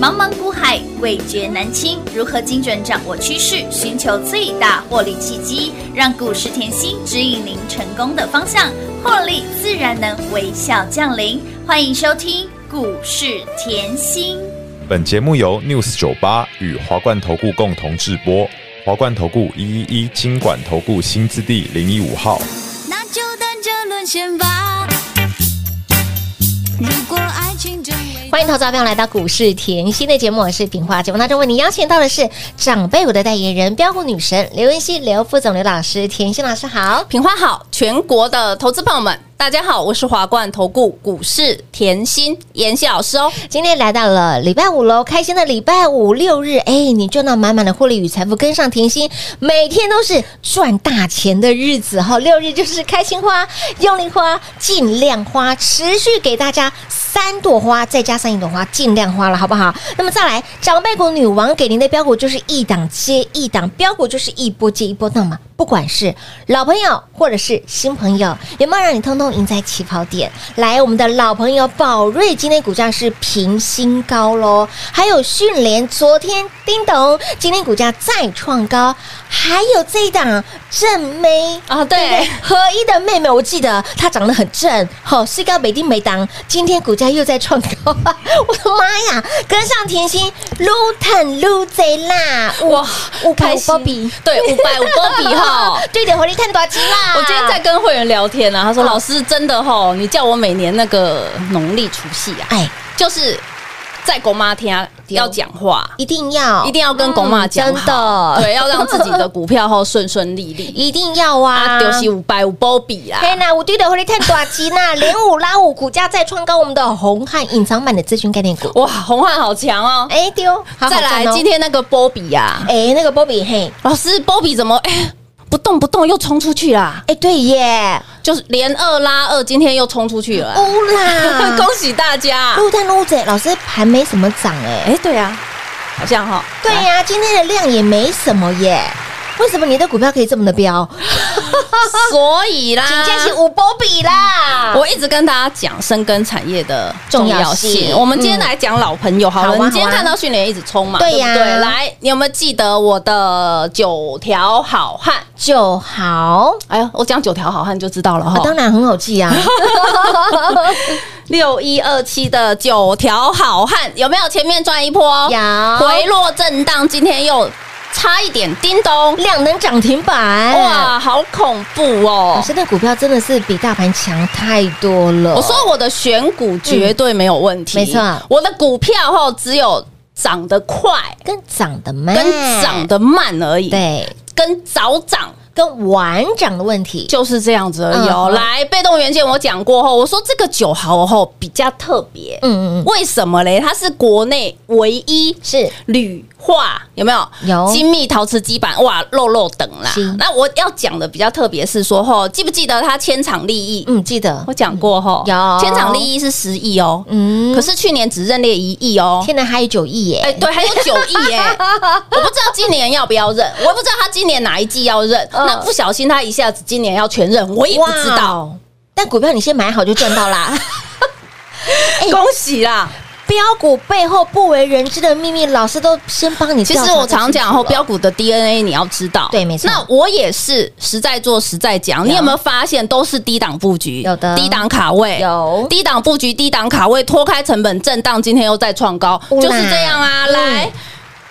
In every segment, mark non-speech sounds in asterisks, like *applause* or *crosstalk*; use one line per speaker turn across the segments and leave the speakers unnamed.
茫茫股海，味觉难清。如何精准掌握趋势，寻求最大获利契机，让股市甜心指引您成功的方向，获利自然能微笑降临。欢迎收听股市甜心。
本节目由 News 九八与华冠投顾共同制播，华冠投顾一一一金管投顾新字第零一五号。
那就等着沦陷吧。如果爱情真伟大
欢迎投资者朋友来到股市甜心的节目，我是品花。节目当中为您邀请到的是长辈股的代言人标股女神刘文熙、刘副总、刘老师、甜心老师好。
品花好，全国的投资朋友们，大家好，我是华冠投顾股市甜心妍希老师哦。
今天来到了礼拜五喽，开心的礼拜五六日，哎，你赚到满满的获利与财富，跟上甜心，每天都是赚大钱的日子哈。六日就是开心花、用力花、尽量花，持续给大家三朵花，再加上一朵花，尽量花了，好不好？那么再来，长辈股女王给您的标股就是一档接一档，标股就是一波接一波，那么。不管是老朋友或者是新朋友，有没有让你通通赢在起跑点？来，我们的老朋友宝瑞今天股价是平新高喽，还有迅联昨天叮咚，今天股价再创高，还有这一档正妹
啊对
不合一的妹妹，我记得她长得很正，好、哦，是个美丁美当，今天股价又在创高，我的妈呀，跟上甜心，撸碳撸贼啦， *laughs*
哇，
五百
开
五
心
包比。
对，五百五波比
*laughs*
哈。
对的，火力探多机啦！
我今天在，跟会员聊天呢、啊，他说：“
啊
老师，真的哈、你叫我每年那个农历除夕啊，
哎，
就是在狗妈天
对
要讲话，
一定要，
一定要跟狗妈讲
哦嗯真的
好对，要让自己的股票后顺顺利利。
一定要 *laughs* 啊！
啊，丢弃五百五波比啦，
天呐，我对的火力探多机
*laughs*
啦！连五拉五，股价再创高，我们的红汉隐藏版的资讯概念
*laughs*
股，
哇，红汉好强哦！
哎丢，好好
再来
赚哦
今天那个波比啊呀，
哎那个波比嘿，
老师波比怎么哎不动不动又冲出去啦？
哎对
*laughs*
耶，
就是连二拉二，今天又冲出去了，啊
欧啦，
恭喜大家！
陆蛋陆贼，老师盘没什么涨哎，
啊哎，对啊，好像哈，
对
来
呀，今天的量也没什么耶，为什么你的股票可以这么的飙？
啊所以啦，
请假是五波比啦，
我一直跟大家讲深耕产业的重
重要
要
性
性。我们今天来讲老朋友好
好啊
了，你今天
好啊
看到训练一直冲嘛，
对呀
不对？来，你有没有记得我的九条好汉？
就好，
哎呦，我讲九条好汉就知道了
啊
哈。
当然很好记
*laughs*
啊。
六一二七的九条好汉有没有前面赚一波？哦
有
回落震荡，今天又差一点，叮咚！
量能涨停板，哇！
哇，好恐怖哦
老！师，那股票真的嗯是比大盘强太多了。
我说我的选股绝对没有问题，
嗯没错
我的股票后只有涨得快
跟涨的慢，
跟涨得慢而已，，
嗯对，
跟早涨。
跟晚涨的问题，
就是这样子而已哦。
嗯
来，被动元件我讲过后，我说这个九毫后比较特别，
嗯嗯嗯，
为什么嘞？它是国内唯一
是
铝化有没有？
有
精密陶瓷基板，哇，肉肉等啦
是。
那我要讲的比较特别是说，吼，记不记得它千场利益？
嗯，记得
我，讲过吼，
有
千场利益是十亿哦，
嗯
可是去年只认列一亿哦。
现在还有九亿
哎，
耶，
对，还有九
*laughs*
亿耶！我不知道今年要不要认，我也不知道他今年哪一季要认。
嗯
那不小心他一下子今年要全认，我也不知道。
哇。哦但股票你先买好就赚到
*laughs*
啦，哎
恭喜啦！
标股背后不为人知的秘密，老师都先帮你
其
调查清楚了。
实我常讲，后哦标股的 DNA 你要知道，
对没错
那我也是实在做实在讲，你有没有发现都是低档布局？
有的
低档卡位
有
低档布局，低档卡位，拖开成本震荡，今天又再创高，
乌啦
就是这样啊！
嗯
来，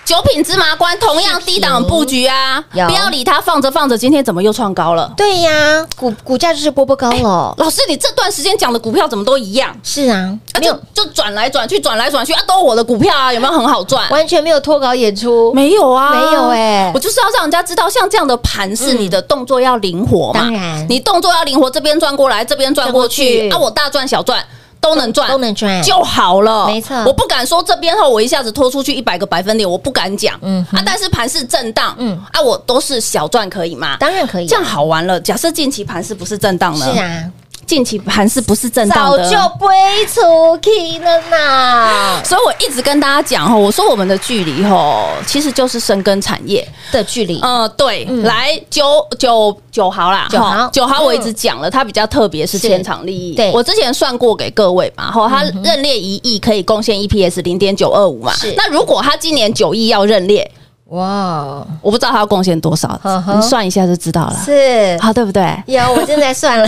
九品芝麻官同样
视频
低档布局啊，
有
不要理它，放着放着，今天怎么又创高了？
对呀，股股价就是波波高了，
老师，你这段时间讲的股票怎么都一样？
是啊，
啊，
没
就
有
就转来转去，转来转去啊，都我的股票啊，有没有很好赚？
完全没有脱稿演出，
没有啊，
哦没有欸
我就是要让人家知道，像这样的盘势，
嗯
你的动作要灵活嘛。
当然
你动作要灵活，这边转过来，这边转过去，
转过去
啊，我大赚小赚都能赚，
都能赚
就好了。
没错
我不敢说这边后我一下子拖出去一百个百分点，我不敢讲。
嗯
嗯
哼
啊，但是盘势震荡，
嗯
嗯啊，我都是小赚可以吗？
当然可以啊，
这样好玩了。假设近期盘势不是震荡呢？
是啊，
近期盘势不是震荡
早
的，
就归出去了呢
所以我一直跟大家讲吼，我说我们的距离吼，其实就是深耕产业。
的距离。
呃，对，来九九九毫啦，
嗯九毫
吼九毫我
嗯
一直讲了，它比较特别是
是
千场利益。
对嗯
我之前算过给各位嘛，吼，它认列一亿可以贡献 EPS 零点九二五嘛
是。
那如果它今年九亿要认列，
哇哦，
我不知道它要贡献多少
呵，呵
你算一下就知道了，
是
好，对不对？
有，我正在
*laughs*
算了，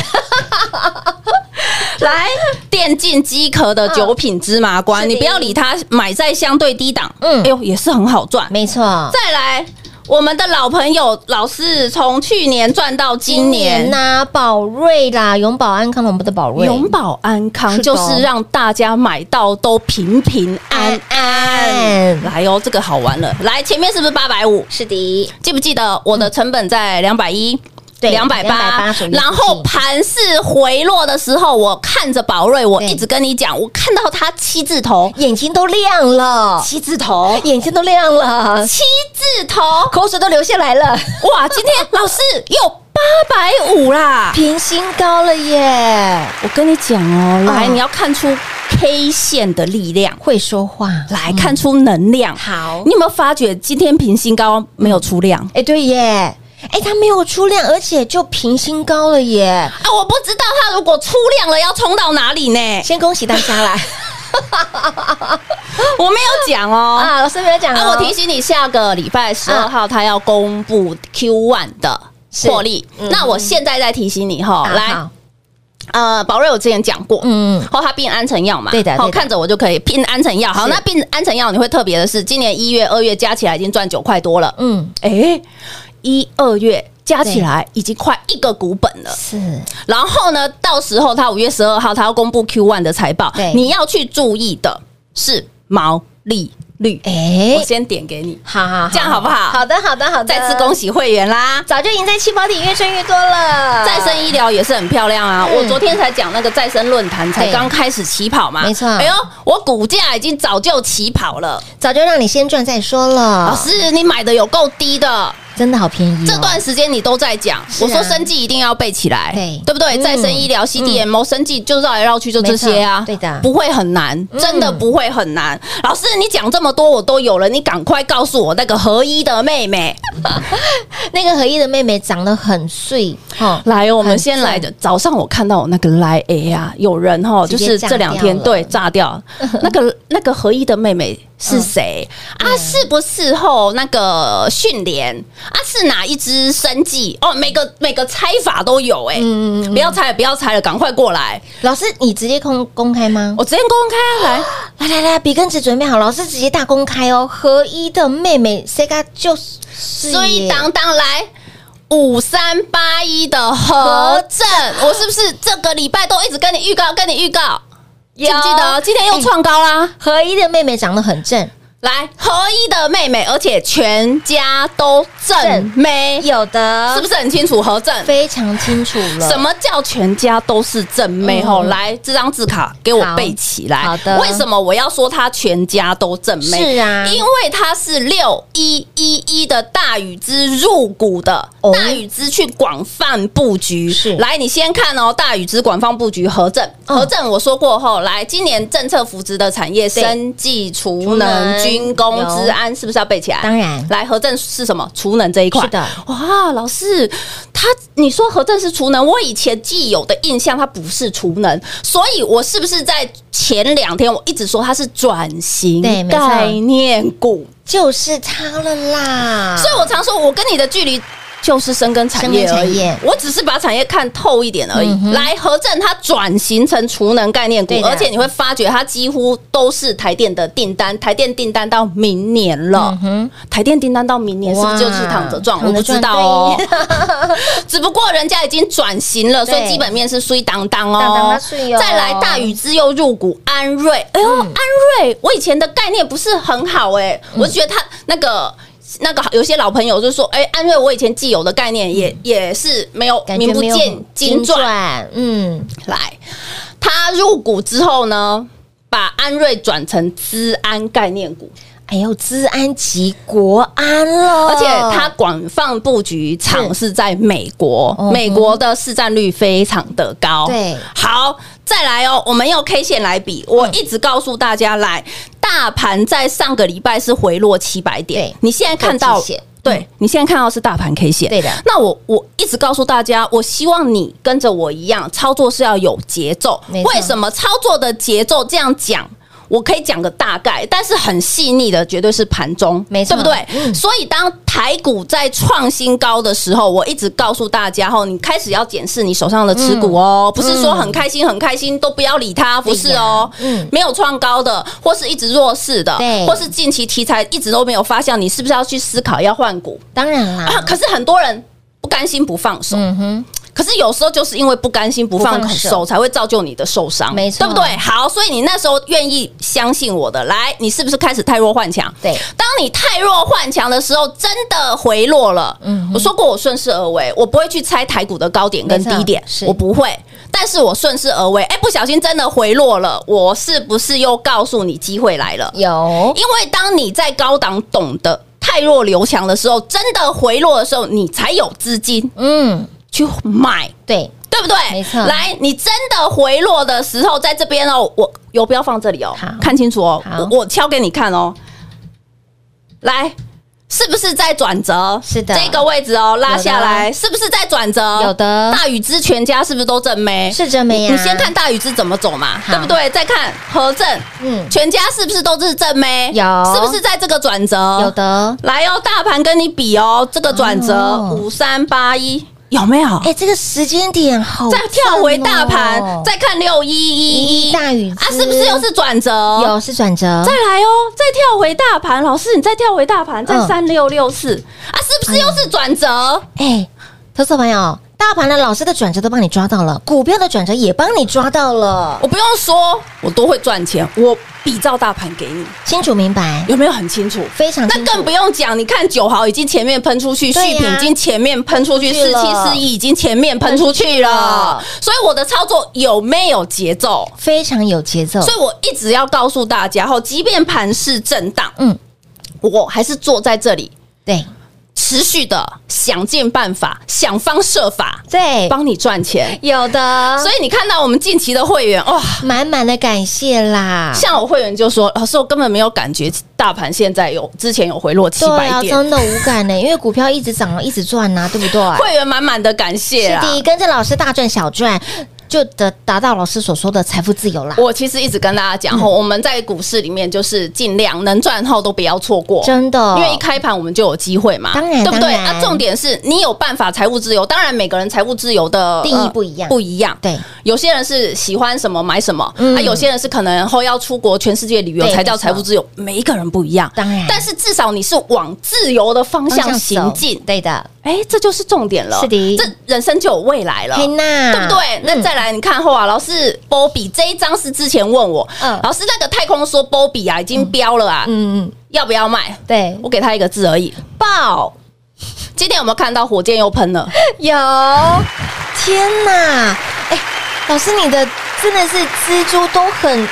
来，电竞机壳的九品芝麻
嗯是
官，
的
你不要理它，买在相对低档，
嗯
嗯，哎呦，也是很好赚。
没错，
再来，我们的老朋友老师从去年赚到今年，
呐、宝瑞啦，永保安康龙不的宝瑞，
永保安康
是的
就是让大家买到都平平安
安
安。
安
来哦，这个好玩了。来，前面是不是八百五？
是的，嗯
记不记得我的成本在两百一？
对
两百八
280，
然后盘势回落的时候，我看着宝瑞，我
对
一直跟你讲，我看到它七字头，
眼睛都亮了，
七字头，
眼睛都亮了，
七字头，
口水都流下来了，
哇！今天老师又八百五啦，
平新高了耶，
我跟你讲哦，来，
嗯
你要看出 K 线的力量，
会说话，
来看出能量。
好
你有没有发觉今天平新高没有出量？
哎、对耶。哎，它没有出量，而且就平新高了耶！
啊，我不知道它如果出量了要冲到哪里呢？
先恭喜大家啦！
*laughs* 我没有讲哦。
啊，老师没有讲 *laughs*
啊，
哦
我提醒你，下个礼拜十二号他要公布 Q one 的
是
获利。
嗯
那我现在再提醒你哈，
啊
来
好，
呃，宝瑞我之前讲过，
嗯，
哦，它并安成药嘛，
对的
好
对的
看着我就可以并安成药。好，
是
那并安成药你会特别的是，今年一月、二月加起来已经赚九块多了，
嗯，
哎，一二月加起来已经快一个股本了。
是
然后呢，到时候它五月十二号它要公布 Q one 的财报
对，
你要去注意的是毛利率。
哎
我，先点给你，
好好，
这样好不好
好的，好的，好的，
再次恭喜会员啦！
早就赢在起跑点，越赚越多了。
再生医疗也是很漂亮啊！
呃嗯
我昨天才讲那个再生论坛，才
对
刚开始起跑嘛，
没错
哎呦，我股价已经早就起跑了。
早就让你先赚再说了，
老师，你买的有够低的，
真的好便宜、哦。
这段时间你都在讲，
是啊
我说生技一定要备起来，
对
不对？
嗯
再生医疗、CDMO、生哦技就绕来绕去就这些啊，
没错对嗯的
不会很难，真的不会很难。老师，你讲这么多我都有了，你赶快告诉我那个合一的妹妹，
那个合一的妹妹长得很碎，哈、
来，我们
很
先来
赞
早上我看到我那个来 A 啊，有人哈，
直
就
接
是这两天
炸掉了
对
*laughs*
炸掉那个那个合一的妹妹是谁
嗯
啊？是不是后那个训练啊？是哪一只生计？哦，每个每个猜法都有
嗯
哎，不要猜了，不要猜了，赶快过来，
老师，你直接公公开吗？
我直接公开啊来。
来来来，笔跟纸准备好，老师直接大公开哦。合一的妹妹 Sega 就是耶，
所以当当来五三八一的和正，我是不是这个礼拜都一直跟你预告，跟你预告？记不记得今天又创高啦、
哎合一的妹妹长得很正，
来，合一的妹妹，而且全家都正妹，
有的
是不是很清楚？合正，
非常清楚了？
什么叫全家都是正妹？
嗯
吼、来，这张字卡给我
好
背起来。
好的
为什么我要说她全家都正妹？
是啊
因为她是六一一一的大禹之入股的，
哦
大禹之去广泛布局。
是
来，你先看哦，大禹之广泛布局合正，
嗯
合正我说过后，来，今年政策扶植的产业，
对
生技、
储
储
能
能、军工、
有
治安，是不是要背起来？
当然
来，合正是什么？储能这一块。
是的，
哇，老师，他你说何正是厨能，我以前既有的印象他不是厨能，所以我是不是在前两天我一直说它是转型
对没错
概念股？
就是她了啦。
所以我常说，我跟你的距离。就是深耕产业而
啊深耕产
已
业，
我只是把产业看透一点而已。
嗯哼
来，何正它转型成储能概念股
对，的
而且你会发觉它几乎都是台电的订单，台电订单到明年了。
嗯哼，
台电订单到明年是不
哇
是就是躺着赚？
躺
我
着
不
赚
知道哦， *laughs*
*laughs*
只不过人家已经转型了，所以
对
基本面是衰当当
当当啊
哦。
是哟
再来，大禹之又入股安瑞，哎呦，
嗯
安瑞，我以前的概念不是很好哎，我觉得他那个。那个有些老朋友就说：“哎、安瑞，我以前既有的概念也、也是没有
嗯感觉
名不
没有
见经传，
传，嗯，
来，他入股之后呢，把安瑞转成资安概念股，
哎呦，治安及国安了，
而且它广泛布局厂是在美国
嗯哼，
美国的市占率非常的高。
对
好，再来哦，我们用 K 线来比，我一直告诉大家，来，大盘在上个礼拜是回落七百点
对，
你现在看到
国际线。嗯
对你现在看到是大盘 K 线，
对的
那我我一直告诉大家，我希望你跟着我一样，操作是要有节奏。
没错
为什么操作的节奏这样讲？我可以讲个大概，但是很细腻的绝对是盘中，
没错
对不对？
嗯
所以当台股在创新高的时候，我一直告诉大家吼，你开始要检视你手上的持股
嗯
哦，不是说很开心很开心都不要理它，不是哦，
嗯
没有创高的，或是一直弱势的
对，
或是近期题材一直都没有发酵，你是不是要去思考要换股
当然啦，
啊？可是很多人不甘心不放手，
嗯哼，
可是有时候就是因为不甘心不放
不放手
手，才会造就你的受伤，
没错
对不对？好，所以你那时候愿意相信我的，来，你是不是开始太弱换强？
对，
当你太弱换强的时候，真的回落了。嗯，我说过我顺势而为，我不会去猜台股的高点跟
没错
低点
是，
我不会。但是我顺势而为，哎，不小心真的回落了，我是不是又告诉你机会来了？
有
因为当你在高档懂得太弱留强的时候，真的回落的时候，你才有资金
嗯，
去买。
对，
对不对？
没错
来，你真的回落的时候，在这边哦，我游标放这里哦
好，
看清楚哦
好，
我我敲给你看哦。来，是不是在转折？
是的
这个位置哦，拉
有
下来，是不是在转折？
有的
大禹之全家是不是都正妹？
是真没呀，
你先看，大禹之怎么走嘛，
好
对不对？再看和正，
嗯，
全家是不是都是正妹？
有
是不是在这个转折？
有的，
来哦，大盘跟你比哦，这个转折
哦
五三八一有没有？
哎，这个时间点好赞
再
哦，
跳回大盘，再看六一一
一
一
大禹
啊，是不是又是转折？
有是转折，
再来哦，再跳回大盘，老师你再跳回大盘，再
嗯
三六六四啊，是不是又是转折？
哎，投资朋友，大盘的老师的转折都帮你抓到了，股票的转折也帮你抓到了，
我不用说，我都会赚钱，我比照大盘给你，
清楚明白，
有没有很清楚？
非常
那
清楚
更不用讲，你看九豪已经前面喷出去，
对呀
续品已经前面喷出去，
喷出去
四七
了
四一已经前面喷出去了，所以我的操作有没有节奏？
非常有节奏，
所以我一直要告诉大家，吼，即便盘势震荡，
嗯
嗯，我还是坐在这里，
对
持续的想尽办法，想方设法
对，嗯
帮你赚钱。
有的，
所以你看到我们近期的会员，哇，
满满的感谢啦，
像我会员就说，哦老师，我根本没有感觉大盘现在有之前有回落七
对
百
啊，
点，
真的无感呢，因为股票一直涨，一直赚呐，对不对？
会员满满的感谢
是
啊！
的，跟着老师大赚小赚，就得达到老师所说的财富自由啦。
我其实一直跟大家讲，
嗯
吼，我们在股市里面就是尽量能赚后都不要错过，
真的，
因为一开盘我们就有机会嘛，
哦当然
对不对？
当然
啊，重点是你有办法财务自由，当然每个人财务自由的
定义
呃
不一样
不一样。
对
有些人是喜欢什么买什么，
嗯
啊，有些人是可能后要出国全世界旅游
对
才
没
叫
错
财务自由，每一个人不一样。
当然
但是至少你是往自由的方
方向
向
走
行进，
对的，
哎，这就是重点了。
是的嗯
这人生就有未来了。
黑娜，
对不对？那再来，你看后啊，老师波比这一张是之前问我，
嗯
老师那个太空说波比啊已经标了啊，
嗯嗯，
要不要卖？
对，
我给他一个字而已，爆！今天有没有看到火箭又喷了？
有，天哪，哎，老师你的真的是蜘蛛都很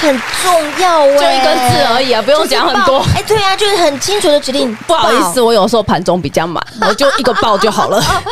很重要哎，
就一个字而
已，
已啊，不用讲很多。
哎，对啊，就是很清楚的指令，
*laughs* 不好意思，我有时候盘中比
*laughs*
较满，我就一个爆就好了。 *laughs*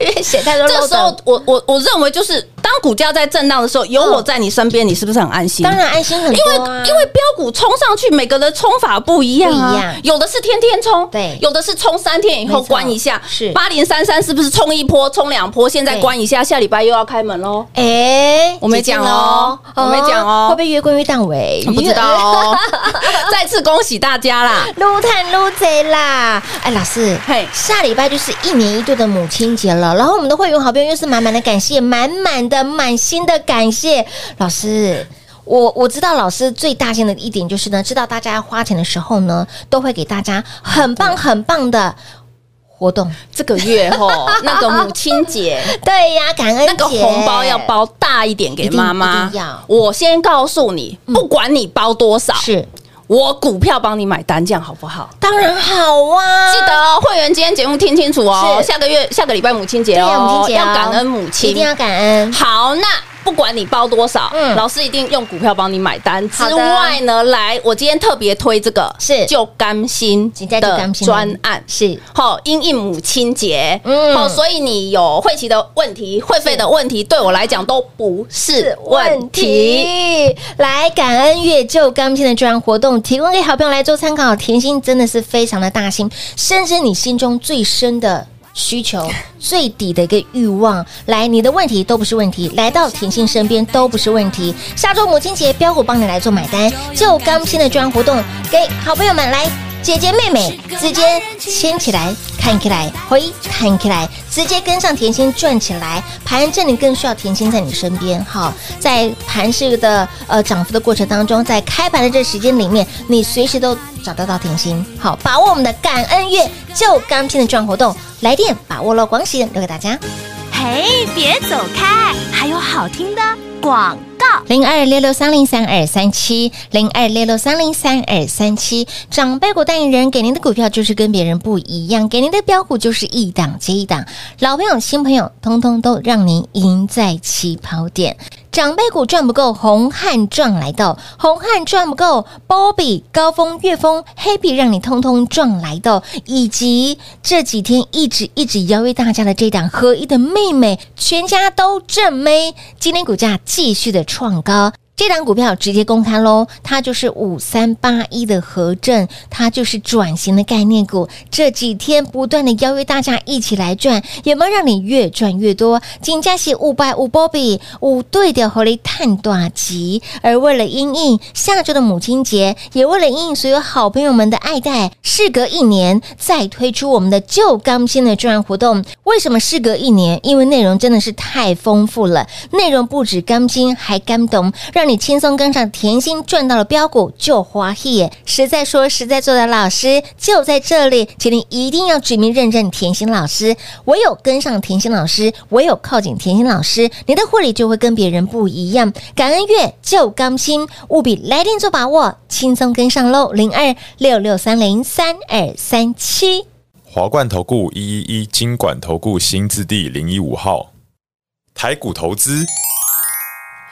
因为写太多
这
漏
个时候
斗，，
我我我认为就是当股价在震荡的时候，有我在你身边，你是不是很安心？
当。然安心很
因为
多啊，
因为标股冲上去，每个人冲法不一样
不一
啊
样，
有的是天天冲，
对
有的是冲三天以
没
后
错
关一下，
是
八零三三是不是冲一波、冲两波，现在
对
关一下，下礼拜又要开门喽。
哎，
我没讲哦
解禁了
我没讲哦
会不会越滚越蛋尾？啊
不知道哦。 *laughs* 再次恭喜大家啦！
撸探撸贼啦！哎，老师，
嘿
下礼拜就是一年一度的母亲节了，然后我们的会员好朋友又是满满的感谢，满满的满心的感谢老师。我我知道老师最大心的一点就是呢，知道大家花钱的时候呢，都会给大家很棒很棒的活动。
这个月 *laughs* 吼，那个母亲节，
对呀、感恩
*laughs* 那个
节
红包要包大一点
一
给妈
定一
妈
定要。嗯
我先告诉你，不管你包多少，
是
我股票帮你买单，这样好不好？
当然好啊，
记得哦，会员今天节目听清楚哦，
是
下个月下个礼拜母亲节
对呀母
哦
亲，节哦
要感恩母
一定
亲。
要感恩。
好，那不管你包多少，
嗯
老师一定用股票帮你买单。之
好的
外呢，来，我今天特别推这个
是
就甘心
请再就甘
的
心
专案，
是
好，因应母亲节，
嗯
嗯，好，所以你有会期的问题、会费的问题，对我来讲都不是问题。
来感恩月旧钢琴的专案活动，提供给好朋友来做参考。甜心真的是非常的大心，甚至你心中最深的。需求最底的一个欲望，来，你的问题都不是问题，来到甜心身边都不是问题。下周母亲节，标股帮你来做买单，旧钢琴的专案活动给好朋友们来，姐姐妹妹之间牵起来，看起来，回看起来，直接跟上甜心转起来。盘这里更需要甜心在你身边哈，在盘市的呃涨幅的过程当中，在开盘的这时间里面，你随时都找得到甜心。好，把握我们的感恩月就刚性的赚活动，来电把握了，光时间留给大家。
嘿，别走开，还有好听的广告。
零二六六三零三二三七，零二六六三零三二三七。长辈股代言人给您的股票就是跟别人不一样，给您的标股就是一档接一档，老朋友、新朋友，通通都让您赢在起跑点。长辈股赚不够，红汉赚来的，红汉赚不够，波比、高峰、岳峰、黑比让你通通赚来的，以及这几天一直一直邀约大家的这档合一的妹妹，全家都正妹，今天股价继续的创高。这档股票直接公开喽，它就是五三八一的和正，它就是转型的概念股。这几天不断的邀约大家一起来赚，有没有让你越赚越多？金佳喜五百五波比五对的和你探短集，而为了因应下周的母亲节，也为了因应所有好朋友们的爱戴，事隔一年再推出我们的旧钢筋的专案活动。为什么事隔一年？因为内容真的是太丰富了，内容不止钢筋，还干懂，让你轻松跟上甜心赚到了标股就花嘿。实在说，实在做的老师就在这里，请你一定要指名认证甜心老师。唯有跟上甜心老师，唯有靠近甜心老师，你的获利就会跟别人不一样。感恩月就刚心，务必来电做把握，轻松跟上喽！零二六六三零三二三七。
华冠投顾一一一金管投顾新字第零一五号，台股投资，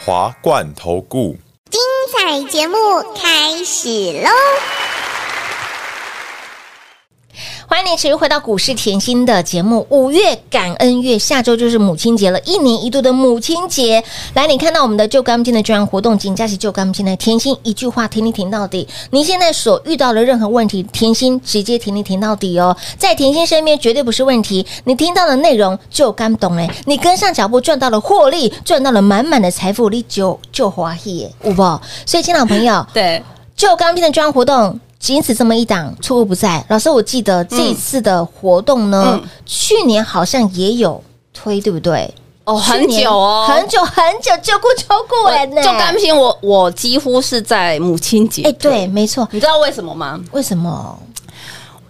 华冠投顾。
彩节目开始喽！
欢迎你持续回到股市甜心的节目。五月感恩月，下周就是母亲节了，一年一度的母亲节。来，你看到我们的旧干金的专案活动，锦佳琪旧干金的甜心一句话，停你停到底。您现在所遇到的任何问题，甜心直接停你停到底哦。在甜心身边绝对不是问题，你听到的内容就干懂嘞，你跟上脚步赚到了获利，赚到了满满的财富，你就就华喜耶，有不？所以，亲老朋友，
对，
就刚变的专案活动，仅此这么一档，出乎不在。老师，我记得这一次的活动呢，
嗯
去年好像也有推，对不对？
哦，很
去年
久哦，
很久很久，就过超过完呢。
就甘心我我几乎是在母亲节，
哎，对，，没错。
你知道为什么吗？
为什么？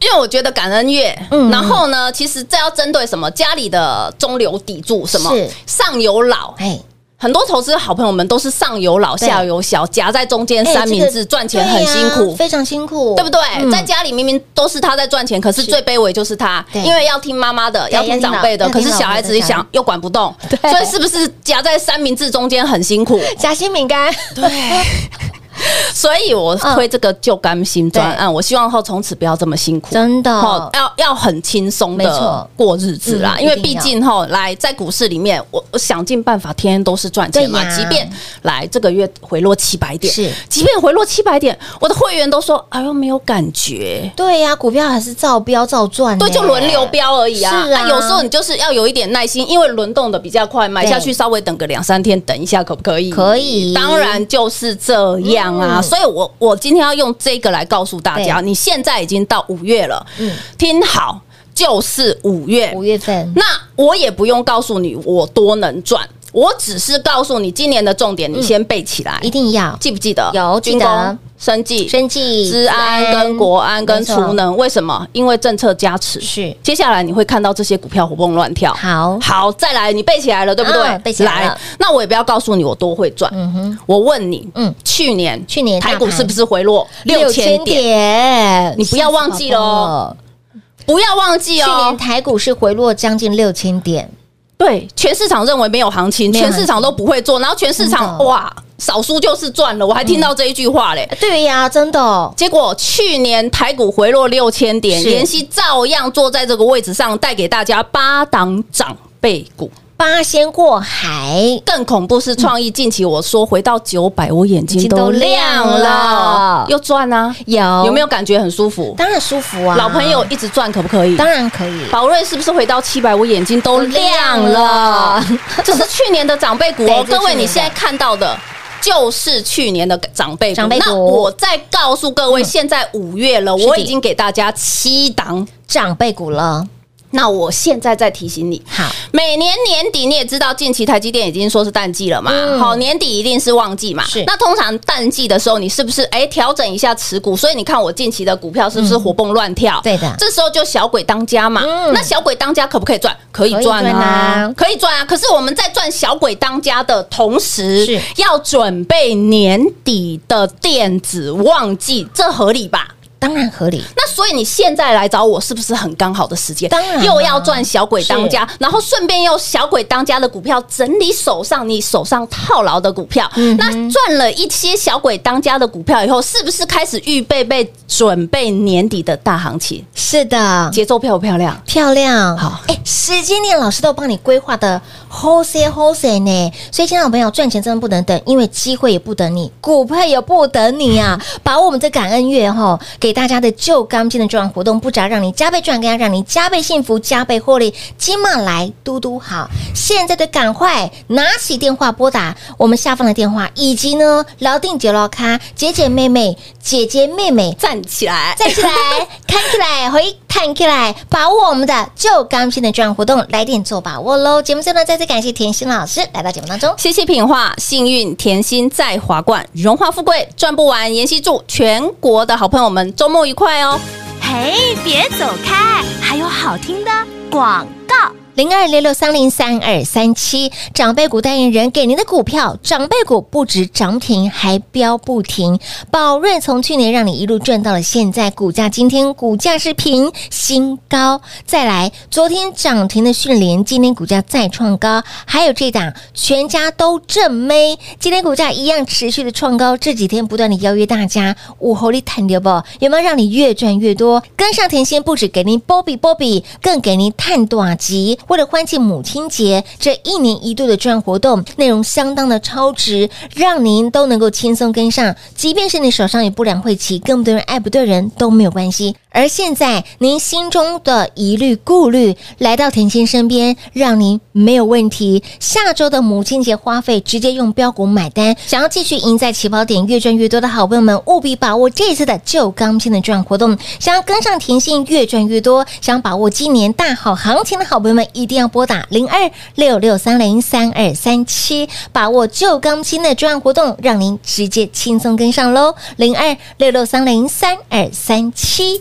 因为我觉得感恩月，
嗯
然后呢，其实这要针对什么？家里的中流砥柱，什么
是
上有老，
哎，
很多投资好朋友们都是上有老
对
下有小，夹在中间
哎
三明
这
治，
个
赚钱很辛
对呀
苦。
非常辛苦，
对不对？
嗯
在家里明明都是他在赚钱，可是最卑微就是他，
对
因为要听妈妈的，
对
要听长辈的，
要
可
听老
是小孩子一
要听老
想又管不动，
*laughs* 对
所以是不是夹在三明治中间很辛
*laughs*
苦？
夹心饼
*laughs*
干，
所以我推这个旧甘心专案，我希望后从此不要这么辛苦。
嗯真的
哦，要要很轻松
没错
的过日子啦，
嗯
因为
一定
毕
要
竟吼，来在股市里面，我我想尽办法，天天都是赚钱嘛
对。呀
即便来这个月回落七百点，
是
即便回落七百点，我的会员都说，哎呦，没有感觉。
对呀，股票还是照标照赚呢，
对，就轮流标而已啊。
是啊
有时候你就是要有一点耐心，因为轮动的比较快，买下去稍微等个两三天，等一下可不可以？
可以
当然就是这样啊。
嗯
所以我我今天要用这个来告诉大家，
对
你现在已经到五月了，
嗯
听好，就是五月。
五月份，
那我也不用告诉你我多能赚，我只是告诉你今年的重点，你先背起来，
一定要
记不记得？
嗯有记
军
得
工、生技、
生计、
治安跟国安跟
没错
储能，为什么？因为政策加持。
是
接下来你会看到这些股票活蹦乱跳。
好
好，再来，你背起来了，对不对
嗯？背起来了
那我也不要告诉你我多会赚。
嗯哼，
我问你，
嗯
嗯，去年
去年大
台
盘
股是不是回落六千点？
点
你不要忘记了哦。不要忘记
去年
哦，
台股是回落将近六千点，
对，全市场认为没有行情，
没有行
全
情
市场都不会做，然后全市
真
场
的哦嗯
哇，少输就是赚了，我还听到这一句话嘞。
对呀、真的哦，
结果去年台股回落六千点，
是
妍希照样坐在这个位置上，带给大家八档长辈股。
八仙过海，
更恐怖是创意，近期我说回到九百，我眼
眼
睛
睛都
都亮
亮了
了，又赚啊！
有
有没有感觉很舒服？
当然舒服啊，
老朋友一直赚可不可以？
当然可以，
宝瑞是不是回到七百？我眼睛都亮了，这是去年的长辈股
对这是去
哦。
年的
各位，你现在看到的。就是去年的长辈股，
长辈股嗯
那我再告诉各位，现在五月了，
是的
我已经给大家七档。
长辈股了，
那我现在再提醒你，
好，
每年年底你也知道，近期台积电已经说是淡季了嘛，
嗯
好，年底一定是旺季嘛。
是
那通常淡季的时候，你是不是哎调整一下持股？所以你看我近期的股票是不是活蹦乱跳？
嗯对的
这时候就小鬼当家嘛。
嗯
那小鬼当家可不可以赚？可以
可以
赚
赚啊
啊，可以赚啊。可是我们在赚小鬼当家的同
是
时，要准备年底的电子旺季，这合理吧？
当然合理，
那所以你现在来找我，是不是很刚好的时间？
当然啊
又要赚小鬼当家，然后顺便用小鬼当家的股票整理手上你手上套牢的股票。
嗯
那赚了一些小鬼当家的股票以后，是不是开始预备备准备年底的大行情？
是的，
节奏漂不漂亮？
漂亮，
好
哎，时间点老师都帮你规划的 wholesale wholesale 呢，所以亲爱的朋友，赚钱真的不能等，因为机会也不等你，股票也不等你啊！把握我们这感恩月哈、给大家的旧钢筋的这样活动，不只要让你加倍赚，更要让你加倍幸福、加倍获利。今晚来嘟嘟好，现在的赶快拿起电话拨打我们下方的电话，以及呢老定九老咖姐姐妹妹、姐姐妹妹
站起来！
站起来，看起来，回看起来，把握我们的旧钢琴的专案活动，来点做把握喽！节目最后呢，再次感谢甜心老师来到节目当中。
谢谢品画，幸运甜心在华冠，荣华富贵赚不完。妍希祝全国的好朋友们周末愉快哦！
嘿，别走开，还有好听的广告。
零二六六三零三二三七长辈股代言人给您的股票，长辈股不止涨停，还飙不停。宝瑞从去年让你一路赚到了现在，股价今天股价是平新高。再来，昨天涨停的迅联，今天股价再创高，还有这档全家都正妹，今天股价一样持续的创高。这几天不断的邀约大家，午后里探流不？有没有让你越赚越多？跟上甜心，不止给您波比波比，更给您探短集。为了欢庆母亲节，这一年一度的赚活动内容相当的超值，让您都能够轻松跟上。即便是你手上有不良晦气，跟不对人爱不对人都没有关系。而现在您心中的疑虑顾虑，来到甜心身边，让您没有问题。下周的母亲节花费直接用标股买单，想要继续赢在起跑点，越赚越多的好朋友们，务必把握这次的旧钢筋的赚活动。想要跟上甜心，越赚越多，想把握今年大好行情的好朋友们，一定要拨打零二六六三零三二三七，把握旧钢筋的赚活动，让您直接轻松跟上喽。零二六六三零三二三七。